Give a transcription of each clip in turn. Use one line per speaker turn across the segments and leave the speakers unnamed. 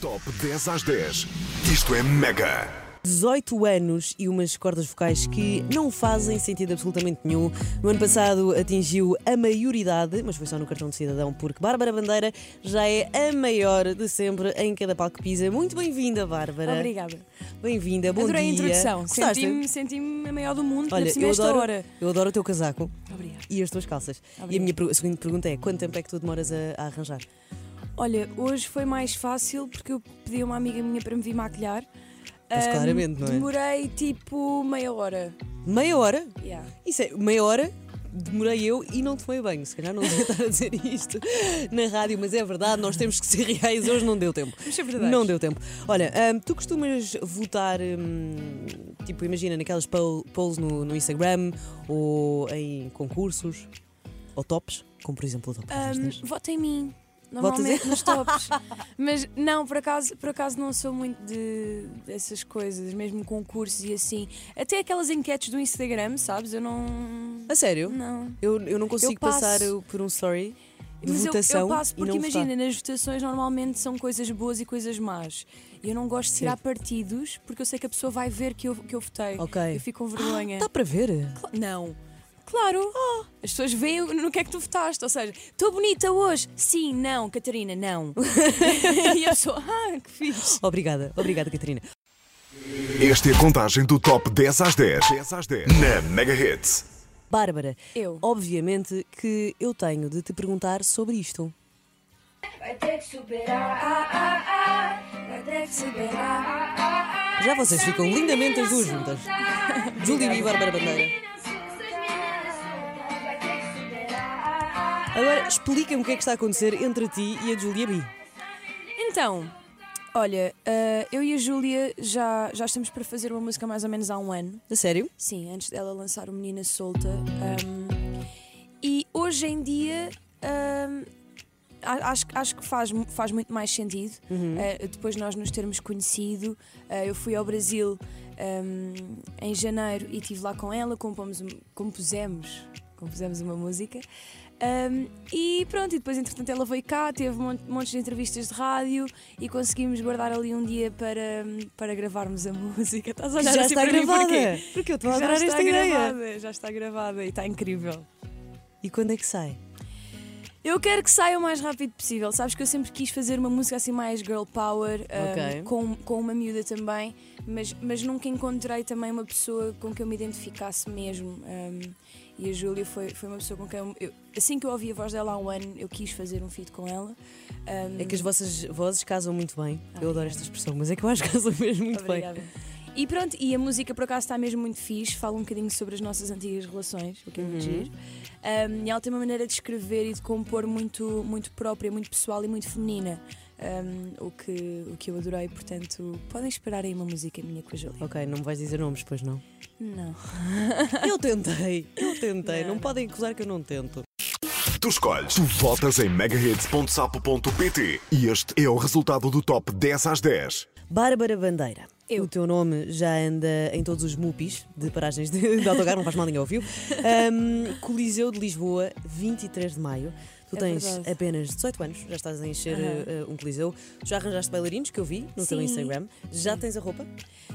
Top 10 às 10. Isto é mega.
18 anos e umas cordas vocais que não fazem sentido absolutamente nenhum. No ano passado atingiu a maioridade, mas foi só no cartão de cidadão, porque Bárbara Bandeira já é a maior de sempre em cada palco que pisa. Muito bem-vinda, Bárbara.
Obrigada.
Bem-vinda, bom dia.
adorei a introdução.
Gostaste?
Senti-me senti a maior do mundo
Olha,
nesta
eu adoro,
hora.
eu adoro o teu casaco
Obrigada.
e as tuas calças. E a
Obrigada.
minha per- segunda pergunta é: quanto tempo é que tu demoras a, a arranjar?
Olha, hoje foi mais fácil porque eu pedi a uma amiga minha para me vir maquilhar.
Mas
Ahm,
claramente, não é?
Demorei tipo meia hora.
Meia hora?
Yeah.
Isso é, meia hora demorei eu e não tomei banho. Se calhar não devia estar a dizer isto na rádio, mas é verdade, nós temos que ser reais. Hoje não deu tempo.
Mas é verdade.
Não deu tempo. Olha, hum, tu costumas votar, hum, tipo, imagina, naquelas poll- polls no, no Instagram ou em concursos ou tops, como por exemplo o top.
Ahm, vota em mim.
Votas em-
Normalmente nos tops. Mas não, por acaso, por acaso não sou muito de dessas coisas, mesmo concursos e assim. Até aquelas enquetes do Instagram, sabes? Eu não.
A sério?
Não.
Eu, eu não consigo
passo.
passar uh, por um story de
Mas eu-
votação.
eu, passo porque
e não
imagina,
votar.
nas votações normalmente são coisas boas e coisas más. E eu não gosto de tirar
Sim.
partidos porque eu sei que a pessoa vai ver que eu, que eu votei.
Ok. Ah, tá
Eu fico com vergonha.
Dá para ver?
Cla- Não. Claro, Oh, as pessoas veem no que é que tu votaste. Ou seja, estou bonita hoje. Sim, não, Catarina, não. e a pessoa, ah, que fixe.
Obrigada, obrigada, Catarina.
Esta é a contagem do Top 10 às 10. 10 às 10. Na Mega Hits.
Bárbara,
Eu.
obviamente que eu tenho de te perguntar sobre isto.
Vai ter que superar, ah, ah, ah. vai ter que superar.
Já vocês ficam lindamente as duas juntas. Júlia e Bárbara Bandeira.
Vai ter que superar.
Agora explica-me o que é que está a acontecer entre ti e a Júlia B.
Então, olha, ah, eu e a Júlia já, já estamos para fazer uma música mais ou menos há um ano.
A sério?
Sim, antes dela lançar o Menina Solta. Um, e hoje em dia. um, a- acho, acho que faz, mu- faz muito mais sentido
Uhum.
uh, depois nós nos termos conhecido. Uh, eu fui ao Brasil um, em janeiro e estive lá com ela, compomos, um- compusemos, compusemos uma música. Um, e pronto, e depois entretanto ela veio cá, teve mon- montes de entrevistas de rádio e conseguimos guardar ali um dia para, para gravarmos a música. Estás a olhar
já
assim
está
para mim,
gravada.
porquê?
Porque eu estou a
já
adorar
está
esta ideia.
gravada, já está gravada e está incrível.
E quando é que sai?
Eu quero que saia o mais rápido possível. Sabes que eu sempre quis fazer uma música assim mais girl power, um,
Ok.
com, com uma miúda também, mas, mas nunca encontrei também uma pessoa com que eu me identificasse mesmo. um, e a Júlia foi, foi uma pessoa com quem eu, eu- assim que eu ouvi a voz dela há um ano, eu quis fazer um feat com ela. Um,
É que as vossas vozes casam muito bem. Eu adoro
Ah, Obrigada.
esta expressão, mas é que eu acho que casam mesmo muito
Obrigada. E pronto, e a música por acaso está mesmo muito fixe, fala um bocadinho sobre as nossas antigas relações, o que é muito giro. Um, e ela tem uma maneira de escrever e de compor muito, muito própria, muito pessoal e muito feminina. Um, o, que, o que eu adorei, portanto, podem esperar aí uma música minha com a Júlia.
bem. Ok, não me vais dizer nomes, pois não?
Não.
Eu tentei, eu tentei. Não,
Não, não.
podem acusar que eu não tento.
Tu escolhes. Tu votas em megahits.sapo.pt. E este é o resultado do Top 10 às 10.
Bárbara Bandeira.
Eu.
O teu nome já anda em todos os MUPIs de paragens de, de autocarro, não faz mal ninguém ouviu. Um, Coliseu de Lisboa, 23 de maio. Tu
É
tens
verdade.
apenas 18 anos, já estás a encher
Aham.
uh, um coliseu. Tu já arranjaste bailarinos, que eu vi no teu
Sim.
Instagram. Já tens a roupa?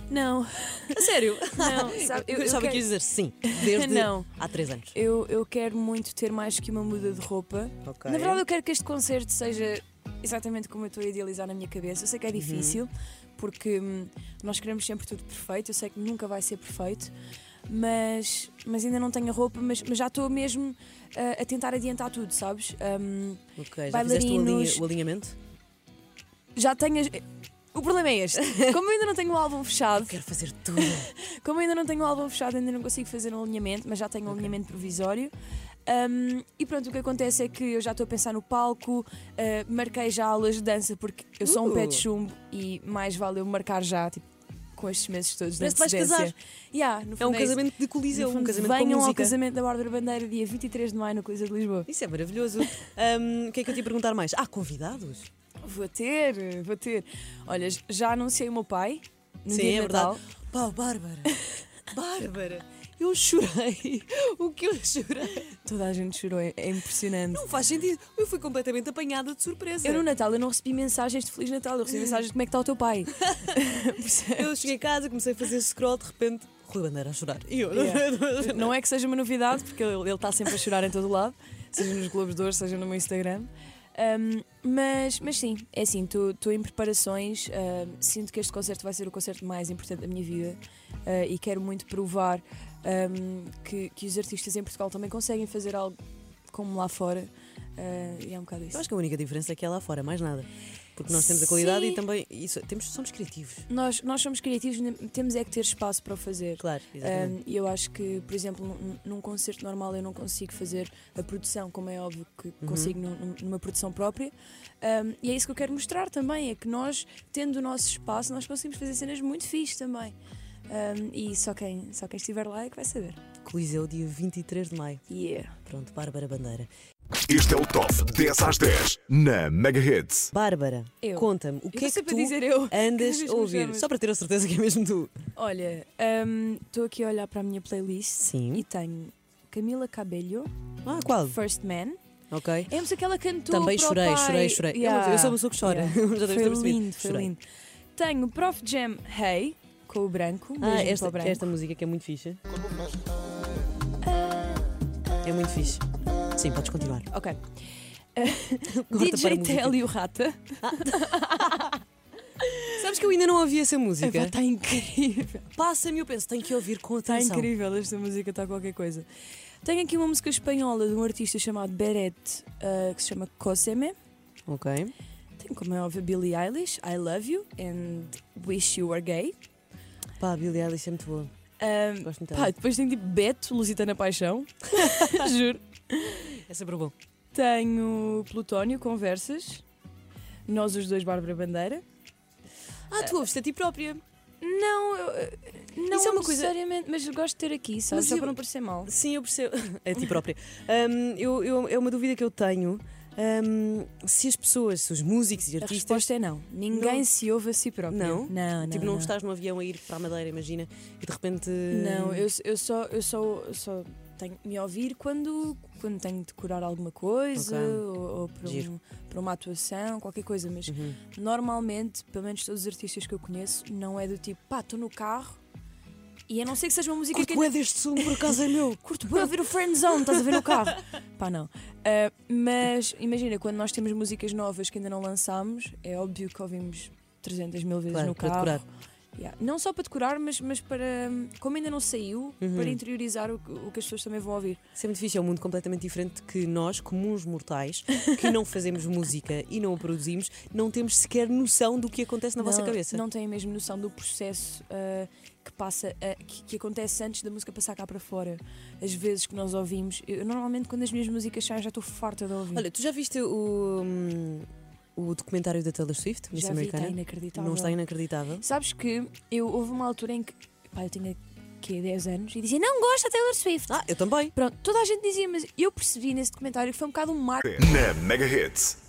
Não.
A sério?
Não, sabe, eu-
eu
eu
estava aqui
quero-
a dizer sim, desde
Não.
há 3 anos.
Eu, eu quero muito ter mais que uma muda de roupa.
Ok.
Na verdade, eu quero que este concerto seja exatamente como eu estou a idealizar na minha cabeça. Eu sei que é difícil, porque hum, nós queremos sempre tudo perfeito. Eu sei que nunca vai ser perfeito, mas, mas ainda não tenho a roupa. Mas, mas já estou mesmo ah, a tentar adiantar tudo, sabes? Hum,
Ok, já fizeste o,
Bailarinos.
alinha- o alinhamento?
já tenho. as- eh, O problema é este. Como eu ainda não tenho o álbum fechado,
Quero fazer tudo. É
como eu ainda não tenho o álbum fechado, ainda não consigo fazer um alinhamento, mas já tenho um alinhamento provisório. Um, e pronto, o que acontece é que eu já estou a pensar no palco, uh, marquei já aulas de dança, porque eu sou um pé de
Uh!
chumbo e mais vale eu marcar já, tipo, com estes meses todos
Parece que
de
vais
antecedência.
casar.
Yeah, no
É um
fundo isso.
casamento de
No
coliseu, um
fundo,
casamento com
Venham ao
música.
casamento da Bárbara Bandeira, dia 23 de maio, no Coisa de Lisboa.
Isso é maravilhoso. Hum, O que é que eu te ia perguntar mais? Ah, convidados?
Vou ter, vou ter. Olha, já anunciei o meu pai. No
Sim,
dia de
é
Natal.
verdade. Pau, Bárbara. Bárbara. Eu chorei. O que eu chorei?
Toda a gente chorou, é é impressionante.
Não faz sentido. Eu fui completamente apanhada de surpresa.
Eu no Natal eu não recebi mensagens de Feliz Natal, eu recebi mensagens de como é que está o teu pai.
Eu cheguei a casa, comecei a fazer scroll, de repente, Rui Bandeira a chorar. E eu.
Yeah. não é que seja uma novidade, porque ele ele está sempre a chorar em todo o lado, seja nos Globos de Ouro, seja no meu Instagram. Um, mas, mas sim, é assim, estou em preparações, um, sinto que este concerto vai ser o concerto mais importante da minha vida uh, e quero muito provar um, que, que os artistas em Portugal também conseguem fazer algo como lá fora. uh, e é um bocado isso.
Eu acho que a única diferença é que é lá fora, mais nada. Porque nós temos a qualidade
Sim.
e também isso, temos, somos criativos.
Nós, nós somos criativos, ne- temos é que ter espaço para o fazer.
Claro, exatamente.
Um, E eu acho que, por exemplo, num, num concerto normal eu não consigo fazer a produção, como é óbvio que
Uhum.
consigo num- num- numa produção própria. Um, e é isso que eu quero mostrar também: é que nós, tendo o nosso espaço, nós conseguimos fazer cenas muito fixe também. Um, e só quem, só quem estiver lá é que vai saber.
Coliseu, dia 23 de maio.
Yeah.
Pronto, Bárbara Bandeira.
Este é o Top 10 às 10 na Mega Hits.
Bárbara,
Eu.
conta-me, o
Eu
que
tô
é que
sempre
tu
a dizer eu. Cada vez
andas
que me
a ouvir?
chamas.
Só para ter a certeza que é mesmo tu.
Olha, estou aqui a olhar para a minha playlist
Sim.
e tenho Camila Cabello,
Ah, qual?
First Man.
Ok.
É, mas aquela cantou
Também
para o
chorei,
pai.
chorei, chorei. Eu não- eu sou uma pessoa que chora. Já deves
foi
ter percebido.
lindo, foi
Chorei.
lindo. Tenho o Prof Jam Hey, com o branco. Um
Ah,
beijinho
esta,
para o branco.
esta música que é muito fixe. É muito fixe. Sim, podes continuar.
Ah, Ok.
Corta para a
DJ
música.
Tel e o Rata.
Sabes que eu ainda não ouvi essa música?
Está tá incrível.
É Passa-me, eu penso, tenho que ouvir com
Está
atenção.
incrível esta música, está qualquer coisa. Tenho aqui uma música espanhola de um artista chamado Beret, eh, que se chama Coseme.
Ok.
Tenho, como é óbvio, Billie Eilish, I Love You and Wish You Were Gay.
Pá, a Billie Eilish é muito boa.
Ahm,
Gosto muito
pá,
dela.
depois tenho tipo Beto, Lusitana Paixão. Juro.
É sempre bom.
Tenho Plutónio, Conversas. Nós os dois, Bárbara Bandeira.
Ah, tu ouves-te a ti própria.
Não, eu, eh, não
Isso é uma coisa-
necessariamente, mas eu gosto de ter aqui, sabe?
Mas
Só
eu-
para não parecer mal.
Sim, eu percebo. A ti própria. Hum, eu, eu- é uma dúvida que eu tenho. Hum, se as pessoas, se os músicos e
A
artistas.
resposta é não. Ninguém
Não.
se ouve a si próprio.
Não?
Não, não.
tipo, não,
não.
estás num avião a ir para a Madeira, imagina, e de repente.
Não, eu, eu só, eu só, eu só tenho que me ouvir quando, quando tenho de curar alguma coisa
Ok.
ou, ou para,
Giro.
um- para uma atuação, qualquer coisa. Mas
Uhum.
normalmente, pelo menos todos os artistas que eu conheço, não é do tipo, pá, estou no carro e a não ser que seja uma música que
Curto bué deste som, por acaso é meu.
curto bem ouvir o Friendzone, estás a ver no carro. Pá, não. Ah, mas imagina, quando nós temos músicas novas que ainda não lançámos, é óbvio que ouvimos 300 mil vezes
Claro,
no
para
carro.
decorar.
Yeah. Não só para decorar, mas, mas para, hum, como ainda não saiu,
Uhum.
para interiorizar o, que- o que as pessoas também vão ouvir.
Isso é muito fixe, é um mundo completamente diferente que nós, comuns mortais, que não fazemos música e não a produzimos, não temos sequer noção do que acontece na vossa
Não-
cabeça.
Não têm mesmo noção do processo ah, que passa, ah, que, que acontece antes da música passar cá para fora. As vezes que nós ouvimos. Eu, normalmente, quando as minhas músicas saem, já estou farta de ouvir.
Olha, tu já viste o, hum, o documentário da Taylor Swift, Miss
já vi, está
Americana?
inacreditável.
não está inacreditável?
Sabes que eu houve uma altura em que pá, eu tinha quê, 10 anos e dizia não gosto da Taylor Swift.
Ah, eu também.
Pronto, toda a gente dizia, mas eu percebi nesse documentário que foi um bocado um marco.
Na Mega Hits.